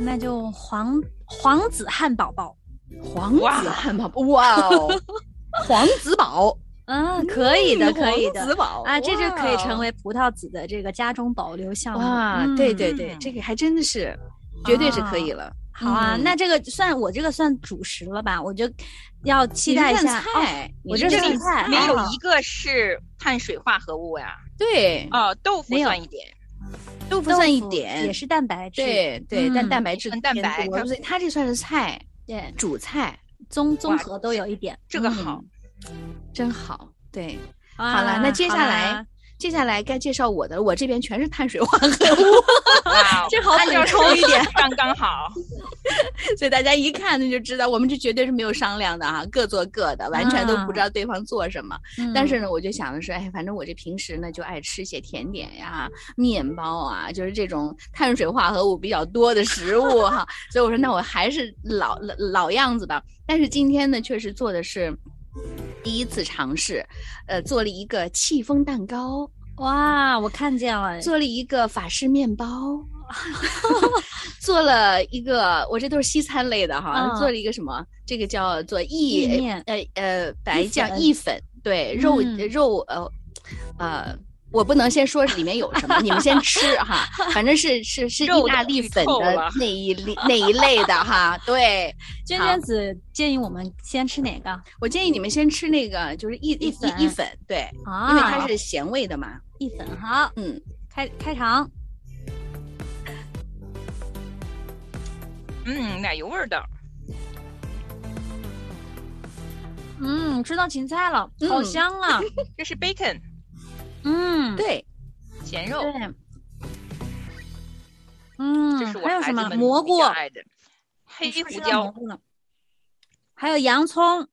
Speaker 2: 那就黄黄子汉堡包，
Speaker 5: 黄
Speaker 4: 哇
Speaker 5: 子汉堡包，哇哦， <laughs> 黄子 <laughs> 堡，
Speaker 2: 嗯，可以的，
Speaker 5: 嗯
Speaker 2: 可以的
Speaker 5: 黄子堡
Speaker 2: 啊，这就可以成
Speaker 5: 哇
Speaker 2: 为葡萄籽的这个家中保留项目。
Speaker 5: 哇，哦对对
Speaker 2: 嗯
Speaker 5: 对，这个还真的是，绝对是可以了。
Speaker 2: 好啊，
Speaker 5: 嗯
Speaker 2: 那这个算我这个算主食了吧？我就要期
Speaker 5: 你这
Speaker 2: 待一
Speaker 5: 算
Speaker 2: 下。哦
Speaker 5: 菜，你
Speaker 2: 我
Speaker 5: 这
Speaker 2: 这
Speaker 5: 算
Speaker 2: 算菜
Speaker 5: 菜，
Speaker 4: 没有
Speaker 2: 啊
Speaker 4: 一个是碳水化合物呀、
Speaker 5: 对，
Speaker 4: 哦，豆腐
Speaker 5: 没有
Speaker 4: 算一点，
Speaker 5: 豆腐
Speaker 2: 豆
Speaker 5: 算一
Speaker 2: 腐
Speaker 5: 点，
Speaker 2: 也是蛋白质，
Speaker 5: 对对，但
Speaker 2: 嗯
Speaker 5: 蛋白质
Speaker 4: 算蛋
Speaker 5: 偏
Speaker 4: 白
Speaker 5: 多
Speaker 4: 它
Speaker 5: 所以它这算是菜，
Speaker 2: 对，
Speaker 5: 主菜，
Speaker 2: 综综
Speaker 4: 哇
Speaker 2: 合都有一点。
Speaker 4: 这个
Speaker 5: 嗯
Speaker 4: 好。
Speaker 5: 真好。对，
Speaker 2: 好
Speaker 5: 好了，那接下来接下来该介绍我的，我这边全是碳水化合物。
Speaker 4: 哇哦
Speaker 5: 这好
Speaker 4: 那
Speaker 5: 补
Speaker 4: 就
Speaker 5: 充一点，
Speaker 4: 刚刚好。
Speaker 5: 所以大家一看那就知道，我们这绝对是没有商量的啊，各做各的，完全都不知道对方做什么。
Speaker 2: 嗯
Speaker 5: 但是呢，我就想的是，哎，反正我这平时呢就爱吃些甜点呀、面包啊，就是这种碳水化合物比较多的食物哈。所以我说，那我还是老老老样子吧。但是今天呢，确实做的是第一次尝试，呃，做了一个戚风蛋糕，
Speaker 2: 哇，我看见了，
Speaker 5: 做了一个法式面包。 <laughs> 做了一个，我这都是西餐类的哈，
Speaker 2: 嗯
Speaker 5: 做了一个什么？这个叫做意
Speaker 2: 意面
Speaker 5: 呃呃白酱
Speaker 2: 粉
Speaker 5: 意粉，对肉、
Speaker 2: 嗯
Speaker 5: 肉呃呃，我不能先说里面有什么，你们先吃哈，反正是是是
Speaker 4: 肉
Speaker 5: 意大
Speaker 4: 都
Speaker 5: 利
Speaker 4: 绿
Speaker 5: 粉
Speaker 4: 透
Speaker 5: 的
Speaker 4: 了
Speaker 5: 那一类那一类的哈，对
Speaker 2: 娟
Speaker 5: 好
Speaker 2: 娟子建议我们先吃哪个
Speaker 5: 我建议你们先吃那个就是意
Speaker 2: 意
Speaker 5: 意
Speaker 2: 粉
Speaker 5: 意意粉，对，
Speaker 2: 啊？
Speaker 5: 因为它是咸味的嘛，
Speaker 2: 意粉，好，
Speaker 5: 嗯，
Speaker 2: 开开肠，
Speaker 4: 嗯，奶油味儿的，
Speaker 2: 嗯，吃到芹菜了，好
Speaker 5: 嗯
Speaker 2: 香
Speaker 4: <laughs>
Speaker 2: 啊，
Speaker 4: 这是 bacon
Speaker 2: 嗯，
Speaker 5: 对，
Speaker 4: 咸肉，
Speaker 2: 对，嗯，
Speaker 4: 这是我
Speaker 2: 还有
Speaker 4: 孩
Speaker 2: 什
Speaker 4: 子
Speaker 2: 么
Speaker 4: 们
Speaker 2: 蘑
Speaker 4: 比
Speaker 2: 菇
Speaker 4: 较，爱的，黑
Speaker 2: 你是不
Speaker 4: 胡
Speaker 2: 是要蘑
Speaker 4: 椒，
Speaker 2: 菇呢，还有洋葱，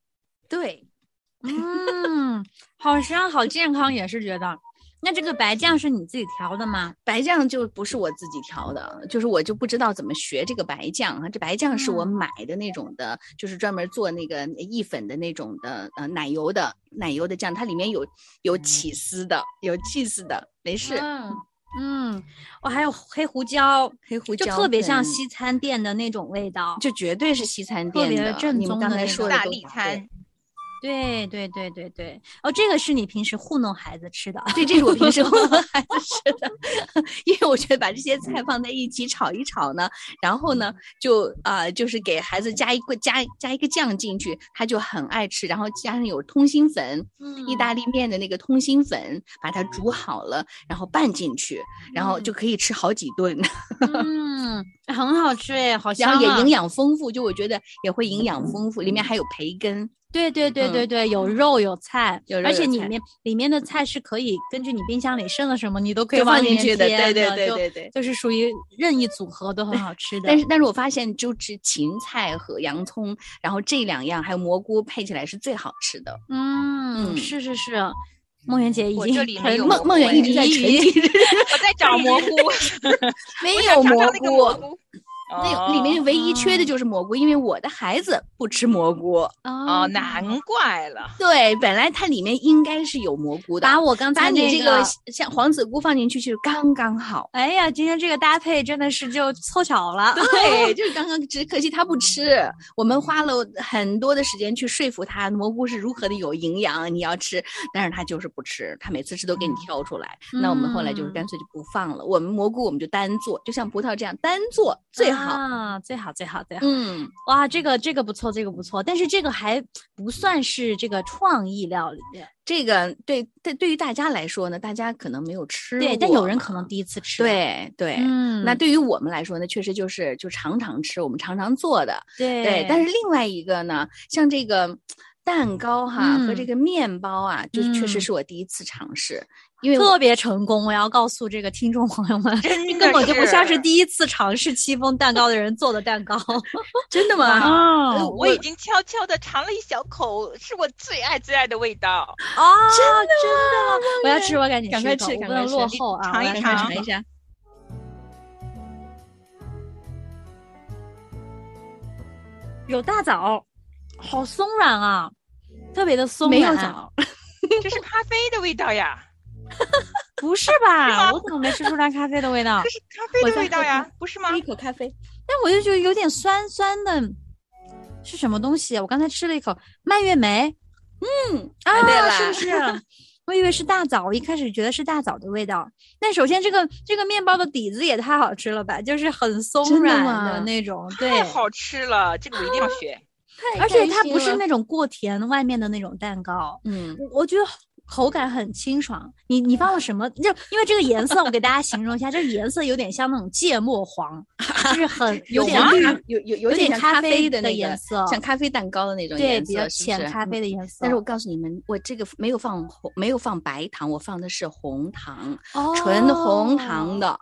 Speaker 5: 对，
Speaker 4: <laughs>
Speaker 2: 嗯，好香，好健康，也是觉得。那这个白酱是你自己调的吗？
Speaker 5: 白酱就不是我自己调的，就是我就不知道怎么学这个白酱啊。这白酱是我
Speaker 2: 嗯
Speaker 5: 买的那种的，就是专门做那个意粉的那种的，呃，奶油的奶油的酱，它里面有有起司的，有 cheese 的，没事。
Speaker 2: 嗯嗯，我、还有黑胡椒，
Speaker 5: 黑胡
Speaker 2: 就
Speaker 5: 椒
Speaker 2: 特别像
Speaker 5: 粉，
Speaker 2: 西餐店的那种味道。
Speaker 5: 就绝对是西餐
Speaker 2: 特
Speaker 5: 店
Speaker 2: 别
Speaker 5: 的。
Speaker 2: 正
Speaker 5: 你们
Speaker 2: 宗
Speaker 5: 刚
Speaker 2: 的
Speaker 5: 才
Speaker 2: 那
Speaker 5: 说的
Speaker 4: 大
Speaker 5: 都
Speaker 4: 力
Speaker 5: 答对
Speaker 4: 餐，
Speaker 2: 对对对对对，哦，这个是你平时糊弄孩子 <laughs> 吃的。
Speaker 5: 对，这是我平时我们孩子吃的， <laughs> 因为我觉得把这些菜放在一起炒一炒呢，然后呢，就啊、呃就是给孩子加一个加加一个酱进去，他就很爱吃，然后加上有通心粉，意大
Speaker 2: 利，
Speaker 5: 利面的那个通心粉，把它煮好了，然后拌进去，然后就可以吃好几顿， <laughs>
Speaker 2: 嗯，很好吃哎，好
Speaker 5: 然
Speaker 2: 香、啊，
Speaker 5: 后也营养丰富，就我觉得也会营养丰富，里面还有培根，
Speaker 2: 对对对对对，有肉嗯有菜，
Speaker 5: 有肉
Speaker 2: 而且
Speaker 5: 有
Speaker 2: 里
Speaker 5: 菜
Speaker 2: 面里面的菜是可以根据你冰箱里剩了什么，你都可以
Speaker 5: 就
Speaker 2: 往
Speaker 5: 放
Speaker 2: 里
Speaker 5: 进
Speaker 2: 面
Speaker 5: 去的，对
Speaker 2: 添
Speaker 5: 对
Speaker 2: 的
Speaker 5: 对
Speaker 2: 就
Speaker 5: 对对。
Speaker 2: 就是属于任意组合都很好吃的。
Speaker 5: 但是，但是我发现就吃芹菜和洋葱，然后这两样还有蘑菇配起来是最好吃的。
Speaker 2: 嗯，
Speaker 5: 嗯
Speaker 2: 是是是，梦圆姐已
Speaker 4: 我
Speaker 2: 经
Speaker 4: 这里没
Speaker 2: 很
Speaker 4: 有
Speaker 5: 梦梦圆一直在
Speaker 2: 迷
Speaker 5: 沉
Speaker 2: 于
Speaker 5: 浸，
Speaker 4: 我在找蘑菇，
Speaker 5: 没有
Speaker 4: 我想尝尝那个
Speaker 5: 菇
Speaker 4: 蘑。菇，
Speaker 5: 那里面唯一缺的就是蘑菇，因为我的孩子不吃蘑菇。
Speaker 4: 哦
Speaker 2: 哦
Speaker 4: 哦，难怪了，
Speaker 5: 对，本来它里面应该是有蘑菇的，
Speaker 2: 把我刚
Speaker 5: 把
Speaker 2: 才
Speaker 5: 你
Speaker 2: 那。
Speaker 5: 这个像黄子菇放进去就刚刚好
Speaker 2: 哎呀，今天这个搭配真的是就凑巧了。 <laughs>
Speaker 5: 对，就是刚刚，只可惜他不吃。我们花了很多的时间去说服他蘑菇是如何的有营养，你要吃，但是他就是不吃。他每次吃都给你挑出来。
Speaker 2: 嗯
Speaker 5: 那我们后来就是干脆就不放了。我们蘑菇我们就单做，就像葡萄这样单做最好。
Speaker 2: 啊，最好最好最好。
Speaker 5: 嗯，
Speaker 2: 哇，这个这个不错，这个不错，但是这个还不算是这个创意料理，
Speaker 5: 这个对对，对于大家来说呢，大家可能没有吃过嘛，
Speaker 2: 对，但有人可能第一次吃。，
Speaker 5: 对对。
Speaker 2: 嗯，
Speaker 5: 那对于我们来说呢，确实就是就常常吃，我们常常做的。
Speaker 2: 对
Speaker 5: 对，但是另外一个呢，像这个蛋糕哈、和
Speaker 2: 嗯
Speaker 5: 这个面包啊，就确实
Speaker 2: 嗯
Speaker 5: 是我第一次尝试，因为我
Speaker 2: 特别成功，我要告诉这个听众朋友们，
Speaker 4: 真的
Speaker 2: 根本就不像是
Speaker 4: 是
Speaker 2: 第一次尝试戚风蛋糕的人做的蛋糕。
Speaker 5: <laughs> 真的
Speaker 4: 哇
Speaker 5: 吗？
Speaker 2: 哦
Speaker 4: 呃我已经悄悄的尝了一小口，是我最爱最爱的味道。
Speaker 2: 哦，真的，我要吃，我赶紧
Speaker 5: 赶
Speaker 2: 一
Speaker 5: 快
Speaker 2: 口
Speaker 5: 吃
Speaker 2: 我
Speaker 5: 赶
Speaker 2: 不
Speaker 5: 快
Speaker 2: 能
Speaker 5: 吃
Speaker 2: 落
Speaker 4: 你
Speaker 2: 后啊！
Speaker 4: 尝
Speaker 2: 我
Speaker 4: 一
Speaker 2: 要
Speaker 5: 来
Speaker 2: 吃
Speaker 4: 尝
Speaker 5: 尝一下，
Speaker 2: 有大枣，好松软啊，特别的松
Speaker 5: 没
Speaker 2: 软。
Speaker 5: 有枣，
Speaker 4: 这是咖啡的味道呀，
Speaker 2: 不是 <laughs> 吧？我怎么没吃出来咖啡的味道
Speaker 4: 这？是咖啡
Speaker 5: 我
Speaker 4: 的
Speaker 5: 在
Speaker 4: 味道
Speaker 5: 喝
Speaker 4: 呀，不是吗
Speaker 5: 喝？一口咖啡。
Speaker 2: 但我就觉得有点酸酸的，是什么东西啊？我刚才吃了一口蔓越莓，嗯
Speaker 5: 猜哎对
Speaker 2: 啊，
Speaker 5: 啦
Speaker 2: 是不是？我以为是大枣，我一开始觉得是大枣的味道。但首先，这个这个面包的底子也太好吃了吧，就是很松
Speaker 5: 真的
Speaker 2: 软
Speaker 5: 吗
Speaker 2: 的那种，对
Speaker 4: 太，好吃了，这个我一定要学。
Speaker 2: 而且它不是那种过甜外面的那种蛋糕，
Speaker 5: 嗯，
Speaker 2: 我我觉得口感很清爽。你你放了什么？就因为这个颜色，我给大家形容一下，这个颜色有点像那种芥末黄，就是很有点
Speaker 5: 黄
Speaker 2: 绿，
Speaker 5: 咖 <laughs> 有有有
Speaker 2: 点
Speaker 5: 像
Speaker 2: 咖
Speaker 5: 啡
Speaker 2: 的
Speaker 5: 那个
Speaker 2: 颜色，
Speaker 5: 像咖啡蛋糕的那种
Speaker 2: 对，
Speaker 5: 颜色，
Speaker 2: 比较
Speaker 5: 是不哦
Speaker 2: 浅
Speaker 5: 是嗯
Speaker 2: 咖啡的颜色。
Speaker 5: 但是我告诉你们，我这个没有放红，没有放白糖，我放的是红糖，
Speaker 2: 哦
Speaker 5: 纯红糖的，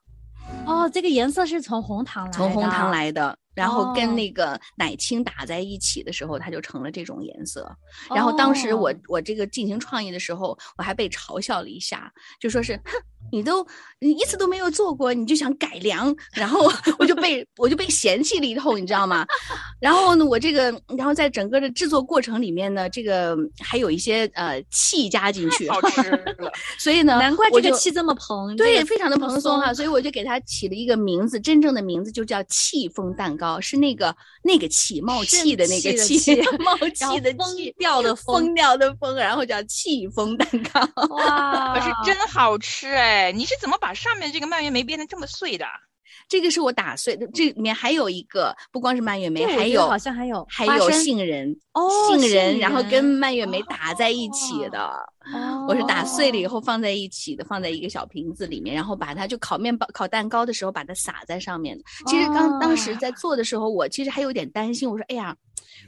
Speaker 2: 哦，这个颜色是从红糖来的，啊
Speaker 5: 从红糖来的。然后
Speaker 2: 哦
Speaker 5: 跟那个奶清打在一起的时候，它就成了这种颜色。然后当时我
Speaker 2: 哦
Speaker 5: 我这个进行创意的时候，我还被嘲笑了一下，就说是哼，你都你一次都没有做过，你就想改良，然后我就被我就被嫌弃了一通，你知道吗？然后呢，我这个然后在整个的制作过程里面呢，这个还有一些呃气加进去，
Speaker 4: 好吃了。
Speaker 5: <laughs> 所以呢，
Speaker 2: 难怪
Speaker 5: 我
Speaker 2: 这个
Speaker 5: 就
Speaker 2: 气这么蓬，这
Speaker 5: 对，
Speaker 2: 个
Speaker 5: 非常的
Speaker 2: 这么
Speaker 5: 蓬松啊哈、
Speaker 2: 松
Speaker 5: 所以我就给它起了一个名字，真正的名字就叫气风蛋糕，是那个那个气冒
Speaker 2: 是
Speaker 5: 气的那个
Speaker 2: 气
Speaker 5: <laughs>
Speaker 2: 的气
Speaker 5: 冒
Speaker 2: 然后
Speaker 5: 气的
Speaker 2: 疯
Speaker 5: 气，
Speaker 2: 掉的疯
Speaker 5: 疯掉的疯，然后叫气风蛋糕。 <laughs>
Speaker 2: 哇，
Speaker 4: 可是真好吃哎！你是怎么把上面这个蔓越莓变得这么碎的？
Speaker 5: 这个是我打碎的，这里面还有一个不光是蔓越莓，
Speaker 2: 这
Speaker 5: 还
Speaker 2: 我觉得
Speaker 5: 有
Speaker 2: 好像还有
Speaker 5: 还
Speaker 2: 花
Speaker 5: 有
Speaker 2: 生
Speaker 5: 杏仁，
Speaker 2: 哦
Speaker 5: 杏仁，
Speaker 2: 杏
Speaker 5: 然后跟
Speaker 2: 仁
Speaker 5: 蔓越莓打在一起
Speaker 2: 哦
Speaker 5: 的。我是打碎了以
Speaker 2: 后。
Speaker 5: 后放在一起的，放在一个小瓶子里面，然后把它就烤面包、烤蛋糕的时候把它撒在上面的。其实刚当时
Speaker 2: 哦
Speaker 5: 在做的时候，我其实还有点担心，我说：“哎呀，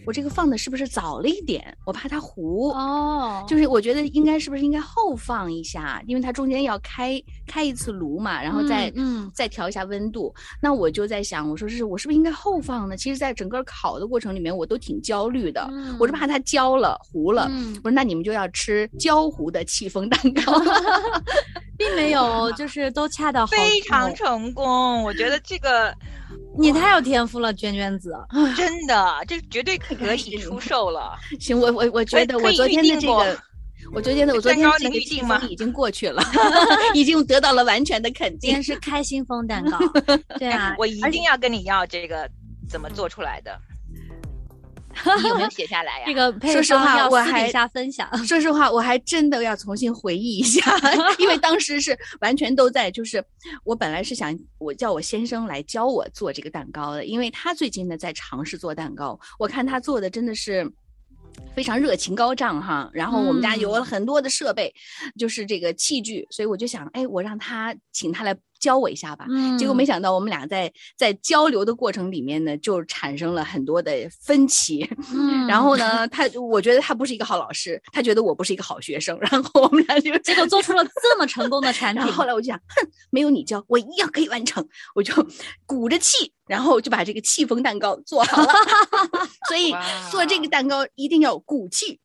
Speaker 5: 我这个放的是不是早了一点？我怕它糊。”
Speaker 2: 哦，
Speaker 5: 就是我觉得应该是不是应该后放一下，因为它中间要开开一次炉嘛，然后再
Speaker 2: 嗯嗯
Speaker 5: 再调一下温度。那我就在想，我说是我是不是应该后放呢？其实，在整个烤的过程里面，我都挺焦虑的，我是怕它焦了糊了。
Speaker 2: 嗯
Speaker 5: 我说那你们就要吃焦糊的戚风蛋
Speaker 4: <laughs>
Speaker 5: 糕，
Speaker 2: 并没有，就是都恰到好处。
Speaker 4: 非常成功，我觉得这个
Speaker 2: 哦你太有天赋了，娟娟子。
Speaker 4: 真的，这绝对可
Speaker 5: 开心
Speaker 4: 以出售了。
Speaker 5: 行，我我我觉得
Speaker 4: 可
Speaker 5: 我
Speaker 4: 以
Speaker 5: 昨
Speaker 4: 预
Speaker 5: 天的
Speaker 4: 定
Speaker 5: 这
Speaker 4: 不
Speaker 5: 个，我昨天的我昨
Speaker 4: 蛋
Speaker 5: 天
Speaker 4: 糕
Speaker 5: 这
Speaker 4: 能
Speaker 5: 个
Speaker 4: 预
Speaker 5: 戚
Speaker 4: 定吗
Speaker 5: 风已经过
Speaker 4: <laughs>
Speaker 5: 去了，已经得到了完全的肯
Speaker 2: 今
Speaker 5: 定
Speaker 2: 天。是开心风蛋
Speaker 5: <laughs>
Speaker 2: 糕，对啊，
Speaker 4: 我一
Speaker 2: 而且
Speaker 4: 定要跟你要这个怎么做出
Speaker 5: <laughs>
Speaker 4: 来的。你有没有写下来呀、
Speaker 2: 这个配
Speaker 5: 说实
Speaker 2: 方
Speaker 5: 话
Speaker 2: 要
Speaker 5: 我
Speaker 2: 私
Speaker 5: 还
Speaker 2: 底下分享。
Speaker 5: <laughs> 说实话，我还真的要重新回忆一 <laughs> 下，因为当时是完全都在，就是我本来是想我叫我先生来教我做这个蛋糕的，因为他最近呢在尝试做蛋糕，我看他做的真的是。非常热情高涨哈，然后我们家有嗯了很多的设备，就是这个器具，所以我就想，哎，我让他请他来教我一下吧。
Speaker 2: 嗯
Speaker 5: 结果没想到我们俩在在交流的过程里面呢，就产生了很多的分歧。
Speaker 2: 嗯
Speaker 5: 然后呢，他我觉得他不是一个好老师，他觉得我不是一个好学生，然后我们俩就
Speaker 2: 结果做出了这么成功的产品
Speaker 5: 然后，后来我就想，哼，没有你教，我一样可以完成，我就鼓着气，然后就把这个气风蛋糕做好了。 <laughs> 所以做这个
Speaker 4: 哇
Speaker 5: 蛋糕一定要有骨气，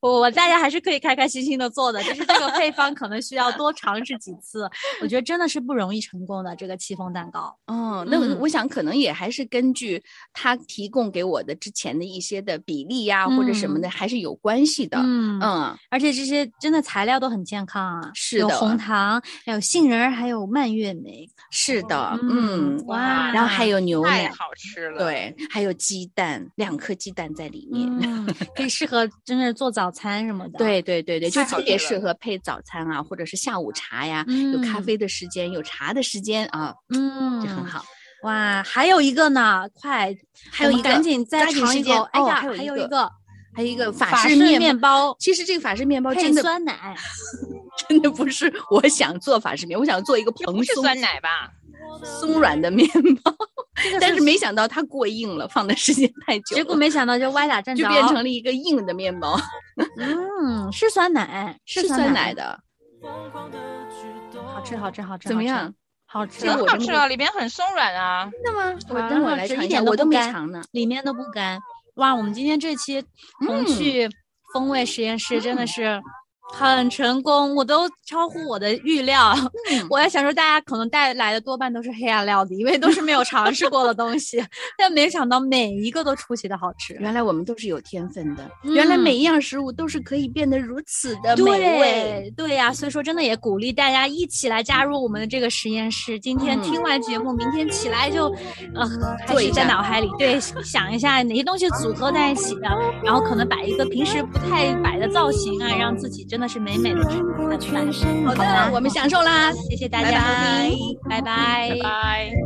Speaker 2: 我我大家还是可以开开心心的做的，就是这个配方可能需要多尝试几次。我觉得真的是不容易成功的这个戚风蛋糕。
Speaker 5: 嗯，那我
Speaker 2: 嗯
Speaker 5: 我想可能也还是根据他提供给我的之前的一些的比例呀、或者什么的，还是有关系的。
Speaker 2: 嗯
Speaker 5: 嗯，
Speaker 2: 而且这些真的材料都很健康啊，
Speaker 5: 是
Speaker 2: 有
Speaker 5: 的
Speaker 2: 红糖，还有杏仁儿，还有蔓越莓，
Speaker 5: 是的，
Speaker 2: 嗯
Speaker 5: 嗯，啊
Speaker 2: 哇
Speaker 5: 然后还有牛
Speaker 4: 太
Speaker 5: 奶，
Speaker 4: 好吃了。，
Speaker 5: 对，还有鸡蛋，两颗鸡蛋在里面。
Speaker 2: 嗯， <laughs> 可以适合真的做早餐什么的。，
Speaker 5: 对对对对，就
Speaker 4: 太好
Speaker 5: 特别
Speaker 4: 吃了
Speaker 5: 适合配早餐啊，或者是下午茶呀，有咖
Speaker 2: 嗯
Speaker 5: 啡的时间，有茶的时间啊，
Speaker 2: 嗯，
Speaker 5: 就很。好。
Speaker 2: 哇，还有一个呢，快，
Speaker 5: 还有
Speaker 2: 我
Speaker 5: 一
Speaker 2: 们
Speaker 5: 个
Speaker 2: 赶紧再
Speaker 5: 抓紧
Speaker 2: 尝
Speaker 5: 时
Speaker 2: 一
Speaker 5: 间
Speaker 2: 口。哎
Speaker 5: 哦
Speaker 2: 呀，
Speaker 5: 还有一
Speaker 2: 一
Speaker 5: 个
Speaker 2: 个
Speaker 5: 还有一个
Speaker 2: 法
Speaker 5: 法
Speaker 2: 式
Speaker 5: 式面
Speaker 2: 面包
Speaker 5: 其实这个法式面包
Speaker 2: 配
Speaker 5: 真的
Speaker 2: 酸奶，
Speaker 5: 真的不 <laughs> 是我想做法式面，我想做一个
Speaker 4: 这不
Speaker 5: 蓬
Speaker 4: 是
Speaker 5: 松
Speaker 4: 酸奶吧？
Speaker 5: 松软的面包，
Speaker 2: 这个
Speaker 5: 但是没想到它过硬了，放的时
Speaker 2: <laughs>
Speaker 5: 间太久了，
Speaker 2: 结果没想到就歪打正着，啊
Speaker 5: 就变成了一个硬的面包，
Speaker 2: 嗯，是酸奶，
Speaker 5: 是
Speaker 2: 酸
Speaker 5: 酸奶，的，
Speaker 2: 好吃，好吃，好吃，
Speaker 5: 怎么
Speaker 2: 好吃
Speaker 5: 样？？
Speaker 2: 好吃，
Speaker 5: 这个
Speaker 4: 很
Speaker 5: 我
Speaker 4: 好
Speaker 5: 真
Speaker 4: 吃
Speaker 5: 的
Speaker 4: 啊，里边很松软啊。
Speaker 5: 真的吗？我
Speaker 2: 啊
Speaker 5: 等我
Speaker 2: 好
Speaker 5: 来
Speaker 2: 吃
Speaker 5: 尝
Speaker 2: 一
Speaker 5: 下，
Speaker 2: 点都
Speaker 5: 我都
Speaker 2: 不
Speaker 5: 没
Speaker 2: 干
Speaker 5: 尝呢。
Speaker 2: 里面都不干。哇，我们今天这期
Speaker 5: 嗯
Speaker 2: 童趣风味实验室真的是很成功，我都超乎我的预料。
Speaker 5: 嗯
Speaker 2: <laughs> 我在想说，大家可能带来的多半都是黑暗料理，因为都是没有尝试过的东西， <laughs> 但没想到每一个都出奇的好吃。
Speaker 5: 原来我们都是有天分的，原来每一样食物都是可以变得如此的美味。
Speaker 2: 对对呀、所以说真的也鼓励大家一起来加入我们的这个实验室。今天
Speaker 5: 嗯
Speaker 2: 听完节目，明天起来就，呃，开
Speaker 5: 做
Speaker 2: 始
Speaker 5: 一
Speaker 2: 在
Speaker 5: 下
Speaker 2: 脑海里对想一下哪些东西组合在一起的，然后可能摆一个平时不太摆的造型啊，让自己真的是美美的吃出来。
Speaker 5: 好的，我们享受啦，
Speaker 2: 谢谢大家
Speaker 5: 拜拜
Speaker 2: 收听，拜拜
Speaker 4: 拜。